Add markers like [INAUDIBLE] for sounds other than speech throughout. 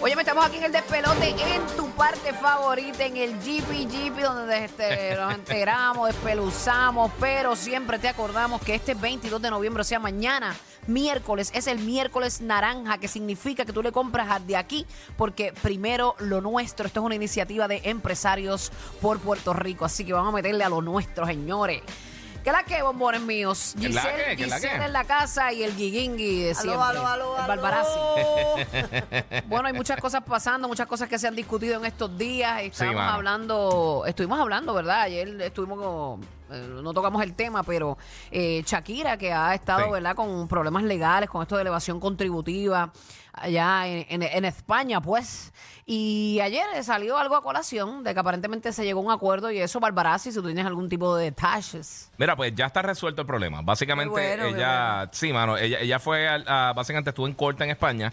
Oye, me estamos aquí en el despelote en tu parte favorita, en el GP GP, donde este, nos enteramos, despeluzamos, pero siempre te acordamos que este 22 de noviembre, o sea, mañana, miércoles, es el miércoles naranja, que significa que tú le compras a- de aquí, porque primero lo nuestro. Esto es una iniciativa de empresarios por Puerto Rico, así que vamos a meterle a lo nuestro, señores. ¿Qué la que, bombones míos? ¿Qué la Giselle, que? ¿Qué la Giselle que? en la casa y el giguingui de siempre. aló, aló, el aló. barbarazzi. Bueno, hay muchas cosas pasando, muchas cosas que se han discutido en estos días. Estábamos mano. hablando, estuvimos hablando, ¿verdad? Ayer estuvimos, con- eh, no tocamos el tema, pero eh, Shakira, que ha estado, Sí. ¿verdad?, con problemas legales, con esto de elevación contributiva allá en, en- en España, pues. Y ayer eh, salió algo a colación de que aparentemente se llegó a un acuerdo y eso, Barbarazzi, si tú tienes algún tipo de detalles. Mira, pues ya está resuelto el problema. Básicamente, Qué bueno, qué ella, sí, mano, ella, ella fue, al- a- básicamente estuvo en corte en España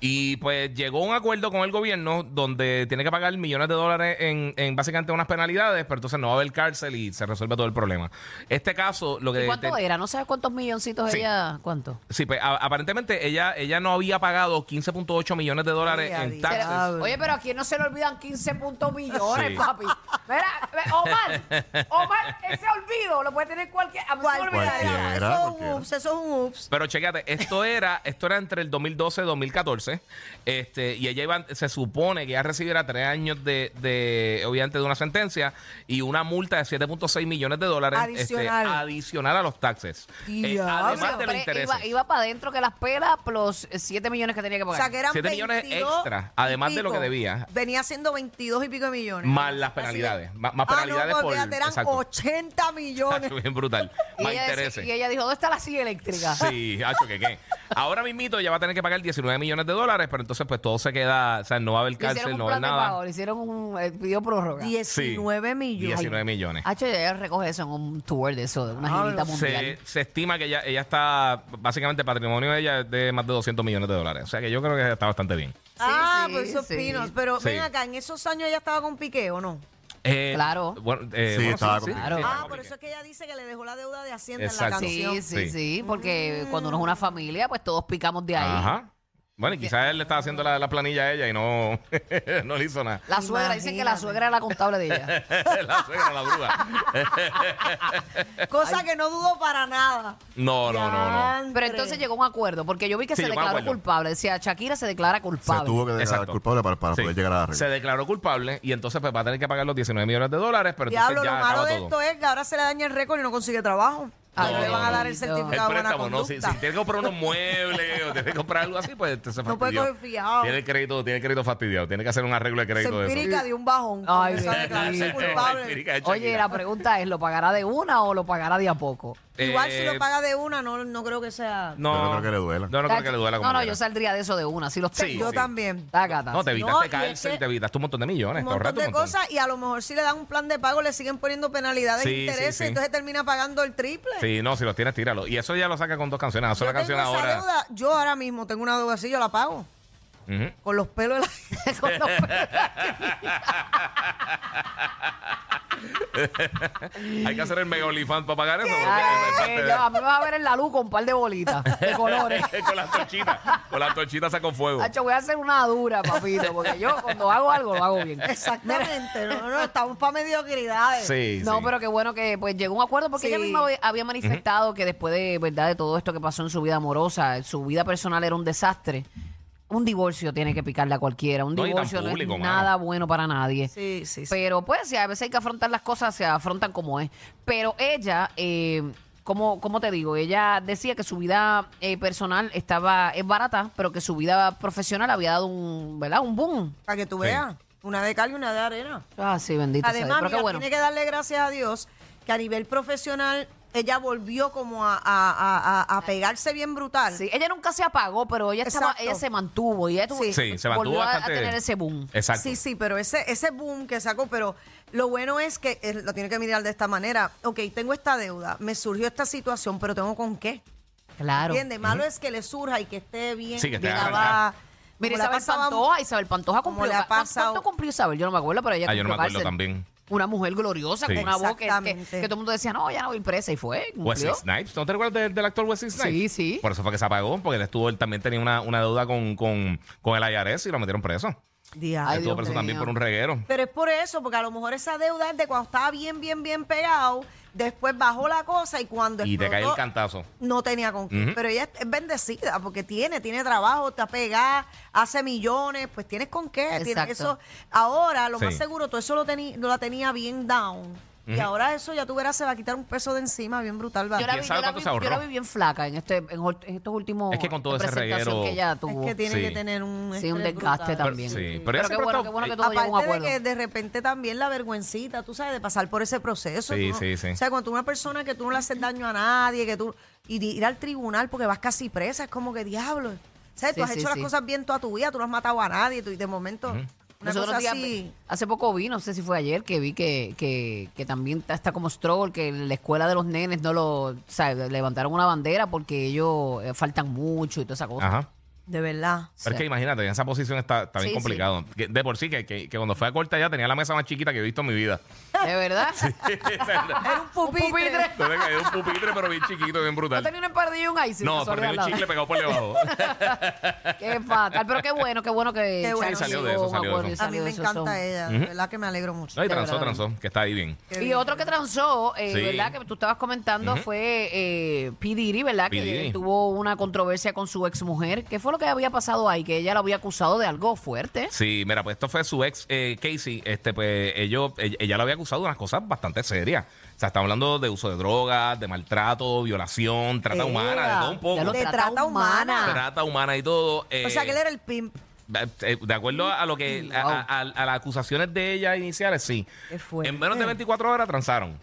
y pues llegó a un acuerdo con el gobierno donde tiene que pagar millones de dólares en, en básicamente unas penalidades, pero entonces no va a haber cárcel y se resuelve todo el problema. Este caso, lo que... ¿Cuánto te- era? ¿No sabes cuántos milloncitos Sí. ella? ¿Cuánto? Sí, pues a- aparentemente ella, ella no había pagado 15.8 millones de dólares Ay, en adiós. taxes. Será- Pero- Oye, pero aquí no se le olvidan 15 puntos millones, Sí. papi. Mira, ve- Omar, Omar, ese olvido lo puede tener cualquier. A mí se me olvidaría. [LAUGHS] Cualquiera. Cualquiera, Eso es un cualquiera. ups, eso es un ups. Pero chécate, esto era, [LAUGHS] esto era entre el 2012 y 2014. Este, y ella iba, se supone que ella recibirá tres años de, de, obviamente, de una sentencia y una multa de 7.6 millones de dólares este, Adicional. adicional a los taxes. Eh, Diablo. además de los Hombre, intereses. Iba, iba para adentro que las pelas los 7 millones que tenía que O pagar. sea, que eran Siete 7 millones extra, además de lo que debía. Venía siendo 22 y pico de millones. Más las Así que- penalidades, más- más ah, penalidades no, por- olvídate, eran exacto. [LAUGHS] 80 millones. Bien brutal. y, Más ella decía- intereses. y ella dijo: ¿Dónde está la silla eléctrica? Sí, hacho, que qué. Ahora mismito ella va a tener que pagar 19 millones de dólares, pero entonces pues todo se queda, o sea, no va a haber Le hicieron cárcel, un no va a plan haber de nada. pago, le hicieron un. eh, pidió prórroga. 19 millones. 19 millones. Hacho, ella recoge eso en un tour de eso, de una Ah, girita lo mundial. se, se estima que ella, ella está, básicamente el patrimonio de ella es de más de 200 millones de dólares. O sea que yo creo que está bastante bien. ah, Sí, pues sí, esos sí. pinos. Pero Sí. ven acá, en esos años ella estaba con Piqué, ¿o no? Eh, Claro. Bueno, eh, Sí, bueno, estaba con- Claro. estaba Ah, con por Piqué. eso es que ella dice que le dejó la deuda de Hacienda Exacto. en la Sí, sí, canción. sí, Sí. porque cuando uno es una familia, pues todos picamos de ahí. Ajá. Bueno, y quizás él le estaba haciendo la, la planilla a ella y no, [LAUGHS] no le hizo nada. [LAUGHS] La suegra, dicen que la Imagínate. suegra era la contable de ella. la suegra, la bruja. Cosa que no dudo para nada. No, no, no, no. Pero entonces llegó a un acuerdo, porque yo vi que Sí, se llegó a un declaró acuerdo. culpable. Decía, Shakira se declara Se culpable. tuvo que declarar Exacto. culpable para, para Sí. poder llegar a la Se regla. declaró culpable y entonces pues va a tener que pagar los 19 millones de dólares, pero Pues entonces ya Diablo, lo malo acaba de todo. esto es que ahora se le daña el récord y no consigue trabajo. Ah, Ahora le no, van a no, dar el no. el certificado de buena préstamo, no. Si, si conducta. tiene que comprar unos [LAUGHS] muebles o tiene que comprar algo así, pues te se No puede fastidió. coger fiado. Tiene el crédito, tiene el crédito fastidiado. Tiene que hacer un arreglo de Se crédito de eso. empirica de un bajón. Ay, Empezó a bendito. [LAUGHS] declararse Ay, culpable. empírica de Oye, Shakira. la pregunta es, ¿lo pagará de una o lo pagará de a poco? Igual si Eh, lo paga de una, no, no creo que sea. No, Yo no creo que le duela. No, no creo que le duela como No, no, quiera. yo saldría de eso de una. Si los Sí, tengo. Yo sí. también. Tácata. No, te No, evitaste y cárcel, es que- te evitaste un montón de millones. Un te ahorraste montón de pues, un montón. cosas y a lo mejor si le dan un plan de pago le siguen poniendo penalidades Sí, e sí, intereses, sí. entonces termina pagando el triple. Sí, no, si los tienes, tíralo. Y eso ya lo saca con dos canciones. Haz Yo una canción tengo esa ahora. deuda, yo ahora mismo tengo una deuda así, yo la pago. Ujú. Con los pelos de la... [LAUGHS] [LAUGHS] Con [LAUGHS] los- Hay que hacer el mega olifant para pagar eso. Ay, eh, yo- a mí me va a ver en la luz con un par de bolitas de [LAUGHS] colores. con las torchitas. Con las torchitas saco fuego. Hacho, voy a hacer una dura, papito, porque yo cuando hago algo lo hago bien. Exactamente, no, no, estamos para mediocridades. Sí, No, sí. pero qué bueno que pues llegó a un acuerdo porque Sí. ella misma había- había manifestado que después de verdad de todo esto que pasó en su vida amorosa, su vida personal era un desastre. Un divorcio tiene que picarle a cualquiera, un No, y tan divorcio no, público, es mano. nada bueno para nadie. Sí, sí, sí. Pero pues sí, a veces hay que afrontar las cosas, se afrontan como es. Pero ella, eh, como, como te digo, ella decía que su vida eh, personal estaba es barata, pero que su vida profesional había dado un, ¿verdad? Un boom. Para que tú veas, una de cal y una de arena. Ah, sí, bendito sea Dios. Además, Pero qué mira, bueno. tiene que darle gracias a Dios que a nivel profesional ella volvió como a, a- a- a- a pegarse bien brutal. Sí, ella nunca se apagó, pero ella estaba, Exacto. ella se mantuvo y ella tuvo- Sí. Eh, Sí, se mantuvo volvió a- bastante. a tener ese boom. Exacto. Sí, sí, pero ese, ese boom que sacó, pero lo bueno es que eh, lo tiene que mirar de esta manera. Ok, tengo esta deuda, me surgió esta situación, pero tengo con qué. Claro. ¿Entiendes? Malo es que le surja y que esté bien. Sí, que esté bien bien, abajo. Mira, Como la Isabel pasaba- Pantoja, Isabel Pantoja como cumplió. le ha ca- ¿cuán- pasado- ¿Cuánto cumplió Isabel? Yo no me acuerdo, pero ella Ah, yo cumplió no me acuerdo cárcel. también. Una mujer gloriosa Sí. con una voz que, que, Exactamente. que todo el mundo decía, no, ya no voy presa y fue. Wesley Cumplió. Snipes, ¿no te acuerdas del, del actor Wesley Snipes? Sí, sí. Por eso fue que se apagó, porque él estuvo, él también tenía una, una deuda con, con, con el IRS y lo metieron preso. Diablo. Ay, estuvo Dios preso mío. también por un reguero. Pero es por eso, porque a lo mejor esa deuda es de cuando estaba bien, bien, bien pegado, después bajó la cosa y cuando Y te cae el explotó, cantazo. No tenía con qué. Ujú. Pero ella es bendecida porque tiene, tiene trabajo, está pegada, hace millones, pues tienes con qué. tienes Exacto. eso. Ahora, lo más Sí. seguro, todo eso lo, teni- lo la tenía bien down. Y ahora eso ya tú verás, se va a quitar un peso de encima bien brutal. va. Yo la, ¿Quién vi, sabe yo, la cuánto vi, se ahorró? yo la vi bien flaca en, este, en, ol- en estos últimos. Es que con todo ese presentación reguero- que ella es tuvo. que tiene Sí. que tener un, Sí, un estrés desgaste brutal. también. Sí, pero ella pero qué siempre bueno, está- qué bueno que todo llegó a un Aparte de acuerdo. que de repente también la vergüencita, tú sabes, de pasar por ese proceso. Sí, ¿no? sí, sí. O sea, cuando tú una persona que tú no le haces daño a nadie, que tú. Y de ir al tribunal porque vas casi presa, es como que diablo. O sea, Sí, tú has sí, hecho las sí. cosas bien toda tu vida, tú no has matado a nadie, tú, y de momento. Una Nosotros cosa días- así. Hace poco vi, no sé si fue ayer, que vi que, que, que también está, está como Stroll, que la escuela de los nenes no lo. O sea, levantaron una bandera porque ellos eh, faltan mucho y toda esa cosa. Ajá. De verdad. Pero es que imagínate, en esa posición está, está bien Sí, sí. complicado. Que- De por sí, que, que- que cuando fue a corta ya tenía la mesa más chiquita que he visto en mi vida. ¿De [LAUGHS] verdad? Era un pupitre. pupitre. Entonces cayó un pupitre, pero bien chiquito, bien ¿No brutal. tenía una espardilla y un ice? No, casualidad, perdió un al lado? chicle pegado [LAUGHS] por debajo. Qué fatal. Pero qué bueno, qué bueno que Qué bueno. Charles Y salió llegó de eso, a un salió de acuerdo eso. y A mí salió me de eso, encanta son- ella, de verdad que me alegro mucho. No, y De transó, verdad. transó, que está ahí bien. Qué Y bien. otro que transó, eh, Sí. ¿verdad? Que tú estabas comentando fue eh, P. Diddy, ¿verdad? P. Que Diddy. tuvo una controversia con su exmujer. ¿Qué fue lo que había pasado ahí? Que ella la había acusado de algo fuerte. Sí, mira, pues esto fue su ex, eh, Casey. Este, pues ellos, ella, ella lo había acusado de unas cosas bastante serias. O sea, está hablando de uso de drogas, de maltrato, violación, trata Era. humana, de todo un Ya poco. lo De trata humana. Trata humana y todo. eh, O sea, que él era el pimp. eh, De acuerdo a lo que a, a- a- a las acusaciones de ella iniciales, sí. Qué fuerte. En menos de 24 horas transaron.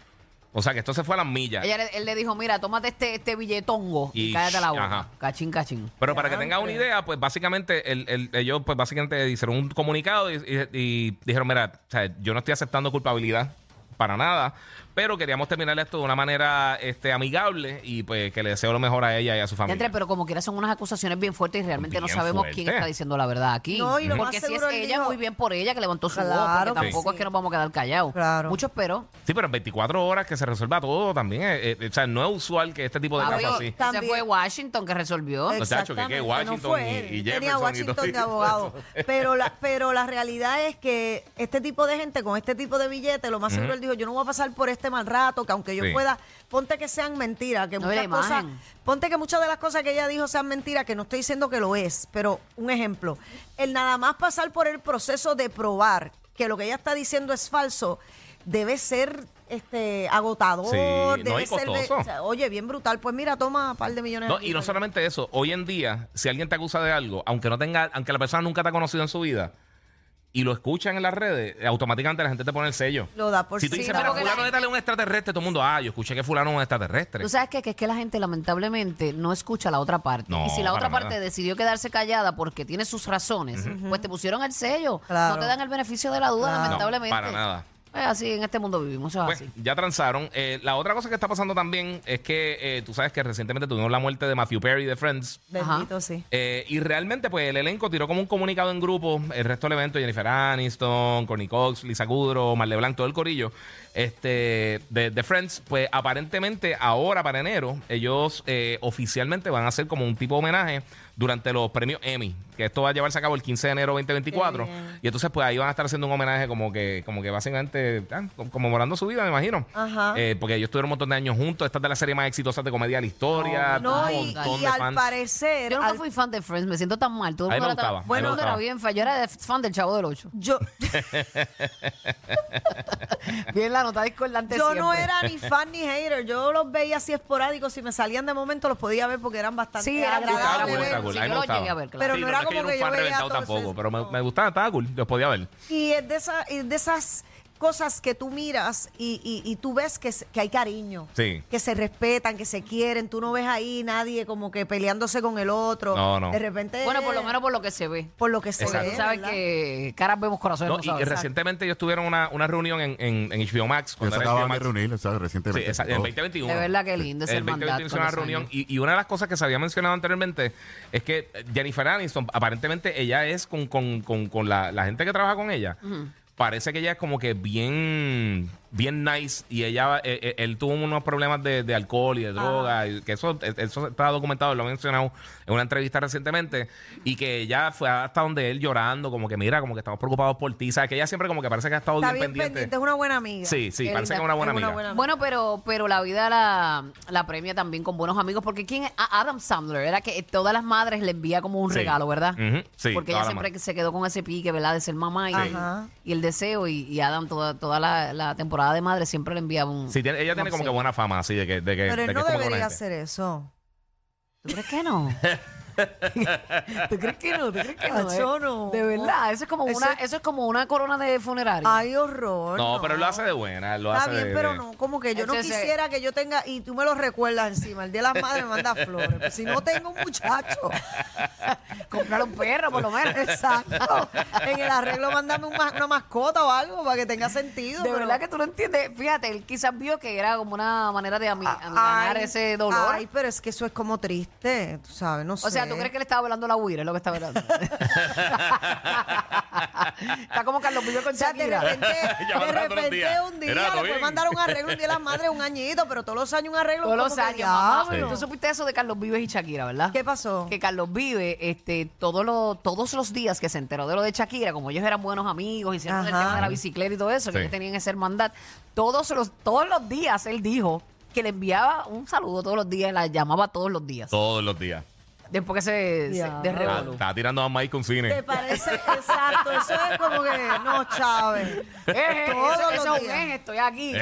O sea que esto se fue a las millas. Ella, le- él le dijo, mira, tómate este, este billetongo y, Y- cállate la boca. ajá. Cachín, cachín. Pero para que tengas una Diantre. idea, pues básicamente el- el- ellos pues básicamente hicieron un comunicado y, y- y dijeron, mira, o sea, yo no estoy aceptando culpabilidad para nada, pero queríamos terminar esto de una manera este, amigable y pues que le deseo lo mejor a ella y a su familia. Entre, pero como quiera son unas acusaciones bien fuertes y realmente no Bien sabemos quién fuerte. está diciendo la verdad aquí. No, y lo más porque si es seguro él ella, dijo- muy bien por ella que levantó su voz, Claro porque que tampoco sí. es que nos vamos a quedar callados. Claro. Muchos pero. Sí, pero en 24 horas que se resuelva todo también. eh, eh, o sea, no es usual que este tipo de Amigo, casos así. está- se También- fue Washington que resolvió. Exacto. Muchacho, que qué, Exactamente, Washington no fue y- él. y Él Tenía Jefferson y todo Washington de eso. [LAUGHS] abogado. Pero la, pero la realidad es que este tipo de gente con este tipo de billete, lo más seguro él dijo, yo no voy a pasar por este mal rato, que aunque yo Sí. pueda, ponte que sean mentiras, que No, y la muchas cosas, imagen. ponte que muchas de las cosas que ella dijo sean mentiras, que no estoy diciendo que lo es, pero un ejemplo, el nada más pasar por el proceso de probar que lo que ella está diciendo es falso, debe ser este agotador, Sí, no, y debe ser, costoso. o sea, oye, bien brutal, pues mira, toma un par de millones No, aquí, y no pero- solamente eso, hoy en día, si alguien te acusa de algo, aunque no tenga, aunque la persona nunca te ha conocido en su vida, y lo escuchan en las redes, eh, automáticamente la gente te pone el sello. Lo da por si tú sí, dices, no, mira, porque la fulano de gente- tal es un extraterrestre, todo el mundo, ah, yo escuché que fulano es un extraterrestre. Tú sabes qué? que es que la gente lamentablemente no escucha a la otra parte. No, y si la otra para parte nada. decidió quedarse callada porque tiene sus razones, pues te pusieron el sello. Claro. No te dan el beneficio de la duda, Claro. lamentablemente. No, para nada. Es así en este mundo vivimos, Ah, eso es Pues, así. ya transaron. Eh, la otra cosa que está pasando también es que eh, tú sabes que recientemente tuvimos la muerte de Matthew Perry de Friends. Bendito, sí. Eh, y realmente, pues el elenco tiró como un comunicado en grupo, el resto del evento, Jennifer Aniston, Corny Cox, Lisa Kudrow, Marle Blanc, todo el corillo este, de, de Friends. Pues aparentemente, ahora para enero, ellos eh, oficialmente van a hacer como un tipo de homenaje durante los premios Emmy, que esto va a llevarse a cabo el 15 de enero 2024. Qué bien. Y entonces, pues ahí van a estar haciendo un homenaje como que, como que básicamente, ah, com- conmemorando su vida, me imagino. Ajá. Eh, porque ellos estuvieron un montón de años juntos, esta es de las series más exitosas de comedia de la historia, No, un y, montón y de al fans. parecer. Yo nunca al- fui fan de Friends, me siento tan mal. Todo A el mí me mundo, era, tan- gustaba, a mí todo el me mundo era gustaba. bien fan. Yo era de- fan del Chavo del [LAUGHS] 8. [LAUGHS] yo, Bien la nota discordante yo siempre. no era ni fan ni hater. Yo los veía así esporádicos. Si me salían de momento, los podía ver porque eran bastante Sí, era Estaba agradables. cool, agradable estaba ver, cool. sí, A yo mí me lo gustaba. llegué a ver, claro. Pero Sí, no era es como yo era que un yo fan veía reventado todo ese- tampoco, pero me, no. me gustaba, estaba cool, los podía ver. Y es de esa, y de esas cosas que tú miras y, y- y tú ves que, s- que hay cariño, Sí. que se respetan, que se quieren, tú no ves ahí nadie como que peleándose con el otro. No, no. De repente... Bueno, por lo menos por lo que se ve. por lo que se Exacto. ve, Tú sabes eh, pues, ¿verdad? que caras vemos corazones. No, no y sabes. recientemente ellos tuvieron una, una reunión en, en, en HBO Max. Ellos cuando se era HBO acababan de Max. reunir, o sea, Sí, recientemente. exacto, en Oh. 2021. De verdad que lindo es El el mandato. 2021 hizo una reunión y, y una de las cosas que se había mencionado anteriormente es que eh, Jennifer Aniston, aparentemente ella es con, con, con, con la, la gente que trabaja con ella. Parece que ella es como que bien, bien nice y ella, eh, eh, él tuvo unos problemas de, de alcohol y de droga, y que eso, eh, eso está documentado, lo ha mencionado en una entrevista recientemente, y que ella fue hasta donde él llorando, como que mira, como que estamos preocupados por ti, sabes que ella siempre como que parece que ha estado Está bien bien pendiente. pendiente. es una buena amiga. Sí, sí, Qué parece que es linda. una buena Es una amiga. buena Bueno, pero, pero la vida la, la premia también con buenos amigos, porque ¿quién es? Ah, Adam Sandler, era que todas las madres le envía como un Sí. regalo, ¿verdad? Ujú, porque sí, todas ella las siempre madres. se quedó con ese pique, ¿verdad? De ser mamá y, Ajá. y el deseo, y, y Adam toda, toda la, la temporada de madre siempre le enviaba un... Sí, tiene- ella tiene como que buena fama así de que, de que, Pero de él que no es como buena debería gente. hacer eso. ¿Tú crees que [LAUGHS] no? ¿Tú crees que no? ¿Tú crees que no? Acho, Eh, no. De verdad, eso es como Eso una, es- eso es como una corona de funerario. Ay, horror. No, pero él lo hace de buena, él lo Está hace bien, de- pero de- no, como que yo no Entonces, eh, quisiera que yo tenga, y tú me lo recuerdas encima, el día de las madres me manda flores. Pues si no tengo un muchacho, Comprar un perro, por lo menos. [LAUGHS] exacto, en el arreglo mándame un ma- una mascota o algo para que tenga sentido. De pero- verdad que tú no entiendes. Fíjate, él quizás vio que era como una manera de ami- Ay, ganar ese dolor. Ay, pero es que eso es como triste, tú sabes, no sé. o sea, ¿tú crees que le estaba hablando la huira? Es lo que estaba [LAUGHS] hablando. Está como Carlos Puyol con O sea, de Shakira. [LAUGHS] repente, de Llamándole todos los repente días. un día Era, ¿todo le puede bien? mandar un arreglo, un día de las madres, un añito, pero todos los años un arreglo. Todos como los que, años, mamá. diablo. Tú supiste eso de Carlos Vives y Shakira, ¿verdad? ¿Qué pasó? Que Carlos Vive, este, todos los, todos los días que se enteró de lo de Shakira, como ellos eran buenos amigos, hicieron el Ajá. tema de la bicicleta y todo eso, que Sí. ellos tenían esa hermandad, todos los, todos los días él dijo que le enviaba un saludo todos los días, la llamaba todos los días. Todos los días. Después que se, se Ya. Ah, desrevoló. Estaba tirando a Mike con ¿Te cine. parece? Exacto, eso es como que, no, Chávez. Eh, eh, [LAUGHS] Todos eso- los eso es un días. eje, estoy aquí.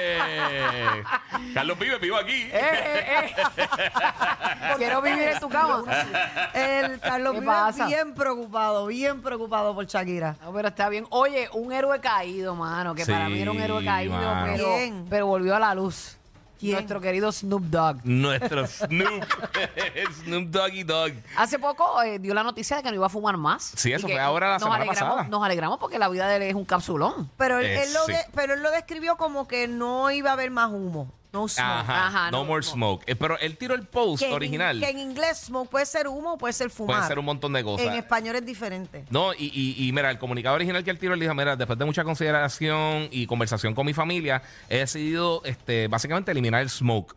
¡Eh! Carlos vive, vivo aquí. Eh, eh, eh. [LAUGHS] Quiero vivir en tu cama. El Carlos ¿Qué Vives pasa? bien preocupado, bien preocupado por Shakira. No, pero está bien. Oye, un héroe caído, mano, que para Sí, mí era un héroe caído, mano. pero, ¿Quién? pero volvió a la luz. ¿Quién? Nuestro querido Snoop Dogg. Nuestro Snoop. [LAUGHS] Snoop Doggy Dog. Hace poco eh, dio la noticia de que no iba a fumar más. Sí, eso Y que fue ahora la nos semana alegramos- pasada. Nos alegramos porque la vida de él es un capsulón. Pero él, Eh, él lo sí. de- pero él lo describió como que no iba a haber más humo. No smoke. Ajá. Ajá, no, no, more no. smoke. Eh, pero él tiró el post Que en- original. que en inglés smoke puede ser humo o puede ser fumar. Puede ser un montón de cosas. En español es diferente. No, y, y, y mira, el comunicado original que él tiró, él dijo, mira, después de mucha consideración y conversación con mi familia, he decidido este, básicamente eliminar el smoke.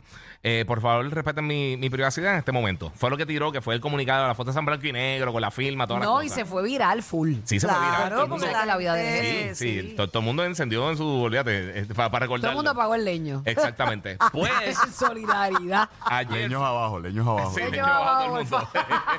Eh, por favor, respeten mi, mi privacidad en este momento. Fue lo que tiró, que fue el comunicado, la foto es en blanco y negro, con la firma, todas las No, y cosas. se fue viral full. Sí, se fue Claro, viral. Todo el porque mundo, la vida de él. sí, eh, sí, sí. to- todo el mundo encendió en su, olvídate, eh, para, para Todo el recordarlo. mundo apagó el leño. [LAUGHS] Exactamente. Pues, En solidaridad. ayer... Leños abajo, leños abajo. Sí, Leño leño abajo todo el abajo, mundo.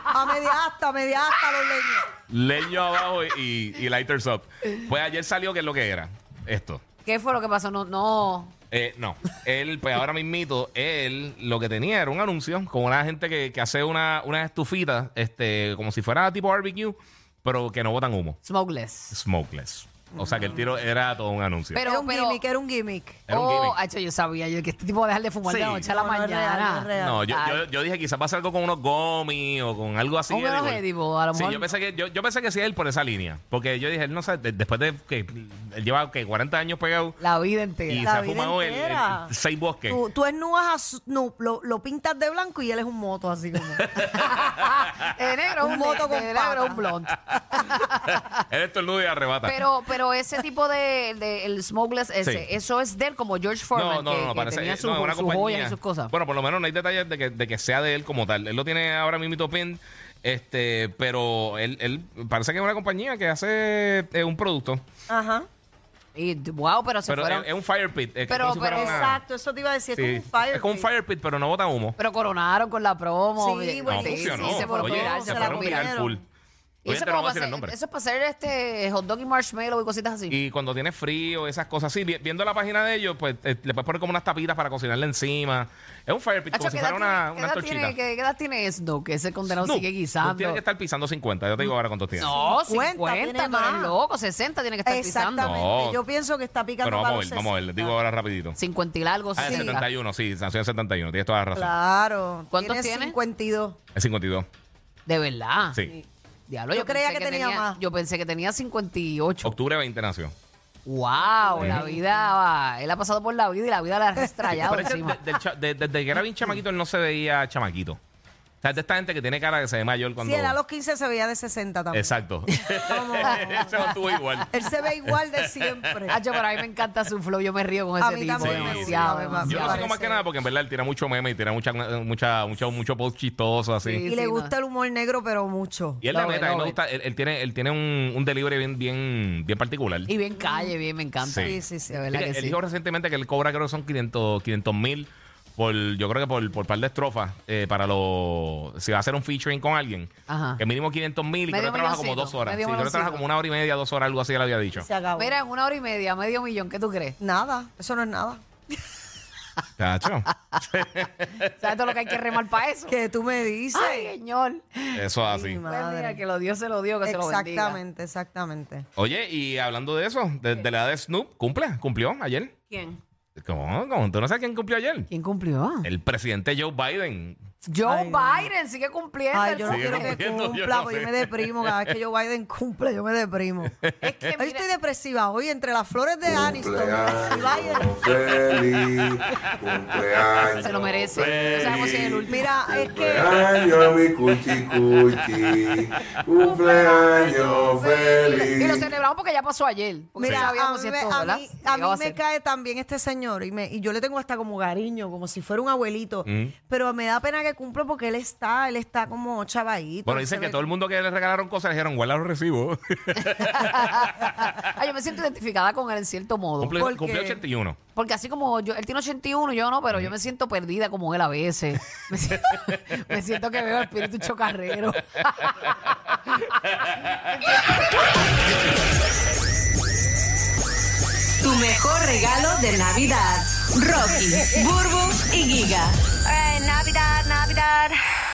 A media hasta, a media hasta los leños. [LAUGHS] leño abajo y, y lighters up. Pues ayer salió que es lo que era esto. ¿Qué fue lo que pasó? No, no. Eh, no, él, pues ahora mismito, él lo que tenía era un anuncio con una gente que, que hace una, una estufita, este, como si fuera tipo barbecue, pero que no botan humo. Smokeless. Smokeless. O sea que el tiro era todo un anuncio. Pero- era un gimmick, era un gimmick. Era un oh, gimmick. hacho, yo sabía yo que este tipo va a dejar de fumar de Sí. la noche a la No, no es real, mañana. no es real. no, yo, yo, Ay. yo dije quizás pasa algo con unos gummies o con algo así. Un yo digo, edible, a lo Sí, mejor. yo pensé que yo, yo pensé que sí él por esa línea, porque yo dije, él no sé, de- después de que él lleva que 40 años pegado La vida y entera. La se ha vida fumado el, el- entera. seis bosques. Tú, tú esnúas a Snoop, lo, lo pintas de blanco y él es un moto así [LAUGHS] como. [LAUGHS] de negro, Un un moto moto con de pata. negro, un blond. Él estornuda y arrebata. Pero, pero ese tipo de, de- el smokeless, ese, Sí. eso es de él, como George Foreman, que, que parece- tenía eh, sus no, es una sus compañía. joyas y sus cosas. Bueno, por lo menos no hay detalles de que, de que sea de él como tal. Él lo tiene ahora mismo pin, este, pero él, él parece que es una compañía que hace eh, un producto. Ajá. Y wow, pero se pero fueron. es, es un fire pit. es Pero- como si fuera pero una- Exacto, eso te iba a decir. sí, es como un fire. es como un pit. fire pit, pero no bota humo. pero coronaron con la promo. Sí, Oye, bueno, no, sí, funcionó. sí, se fueron Oye, viral, se se se la fueron fueron viral viral. comieron. full. Y eso, Obviamente es no como vamos para a decir el hacer- nombre. eso es para hacer este hot dog y marshmallow y cositas así. Y cuando tiene frío, esas cosas así, vi- viendo la página de ellos, pues eh, le puedes poner como unas tapitas para cocinarle encima. Es un fire pit, Hacho, como si ¿qué edad fuera una, tiene- ¿qué una edad tiene- torchita. ¿Qué qué edad tiene Snoop? Que ese condenado sigue tú tienes guisando. que estar pisando 50, yo te digo ahora cuántos tienes. No, 50, 50, 50 tiene tú eres más. loco, 60 tiene que estar pisando. Exactamente. No. Yo pienso que está picando Pero vamos para a ver, los vamos a ver, les 60. digo ahora rapidito. 50 y largo, Ah, sí. 71, sí, nació en 71, tienes toda la razón. Claro. ¿Cuántos tiene? 52. Es 52, De verdad. sí. Diablo, Yo creía pensé que tenía más. Yo pensé que tenía 58. Octubre 20 nació. Wow, la vida, va. él ha pasado por la vida y la vida le [LAUGHS] ha restrayado Pero es que encima. de- del cha- de- desde que [LAUGHS] era bien chamaquito, él no se veía chamaquito. O sea, es de esta gente que tiene cara que se ve mayor cuando... Sí, él a los 15 se veía de 60 también. Exacto. [LAUGHS] [LAUGHS] Eso no estuvo igual. Él se ve [LAUGHS] igual de siempre. Hacho, pero a mí me encanta su flow, yo me río con A ese mí tipo también me demasiado, gusta, demasiado. Yo lo sigo más que nada porque en verdad él tira mucho meme y tira mucha, mucha, mucha, mucho post chistoso así. Sí. y le gusta el humor negro, pero mucho. Y él Lo la ve, neta, lo a mí me ve. gusta, él, él tiene, él tiene un, un delivery bien, bien, bien particular. Y bien calle, bien, me encanta. Sí. Sí, sí, sí. De verdad Mira, que él sí. dijo Eh, recientemente que él cobra creo que son 500 mil por, yo creo que por, por par de estrofas eh, para los, si va a hacer un featuring con alguien, Ajá. que mínimo 500 mil y creo Medio que trabaja como milloncito, dos horas. Sí, medio creo que trabaja milloncito. como una hora y media, dos horas, algo así, él había dicho. Se acabó. Mira, en una hora y media, medio millón, ¿qué tú crees? Nada, eso no es nada. [LAUGHS] Chacho, ¿Sabes todo lo que hay que remar para eso? Que tú me dices. Ay, señor. eso es así. ma- Pues mira, Madre. que lo Dios se lo dio, que se lo bendiga. exactamente, exactamente. Oye, y hablando de eso, de, de la edad de Snoop, cumple, cumplió ayer. ¿Quién? ¿Cómo? ¿Cómo? ¿Tú no sabes quién cumplió ayer? ¿Quién cumplió? Ah. El presidente Joe Biden. Joe Ay, no. Biden sigue cumpliendo. Ay, el yo no Sí, quiero no que entiendo, yo cumpla, no porque sé. yo me deprimo. Cada vez que Joe Biden cumple, yo [LAUGHS] me deprimo. Es que Hoy mira- estoy depresiva. Hoy entre las flores de Aniston y Biden. Cumpleaños feliz, cumpleaños. Se lo merece. No sabemos si es el último. Mira, es que Cumpleaños, mi cuchi cuchi. Cumpleaños feliz. Y lo celebramos porque ya pasó ayer. Porque mira, no a sabíamos mí, si me- esto, a ¿verdad? mí- a mí Llegaba a me ser. cae también este señor y, me, y yo le tengo hasta como cariño, como si fuera un abuelito. Mm. Pero me da pena que cumpla porque él está, él está como chavadito. Bueno, él dicen se que ve- todo el mundo que le regalaron cosas le dijeron, guarda los recibos. [LAUGHS] [LAUGHS] Ay, yo me siento identificada con él en cierto modo. Cumplió, ¿Por qué? cumplió 81. Porque así como yo, él tiene 81, yo no, pero yo me siento perdida como él a veces. [LAUGHS] Me siento, me siento que veo espíritu chocarrero. Tu mejor regalo de Navidad. Rocky, Burbu y Giga. Eh, Navidad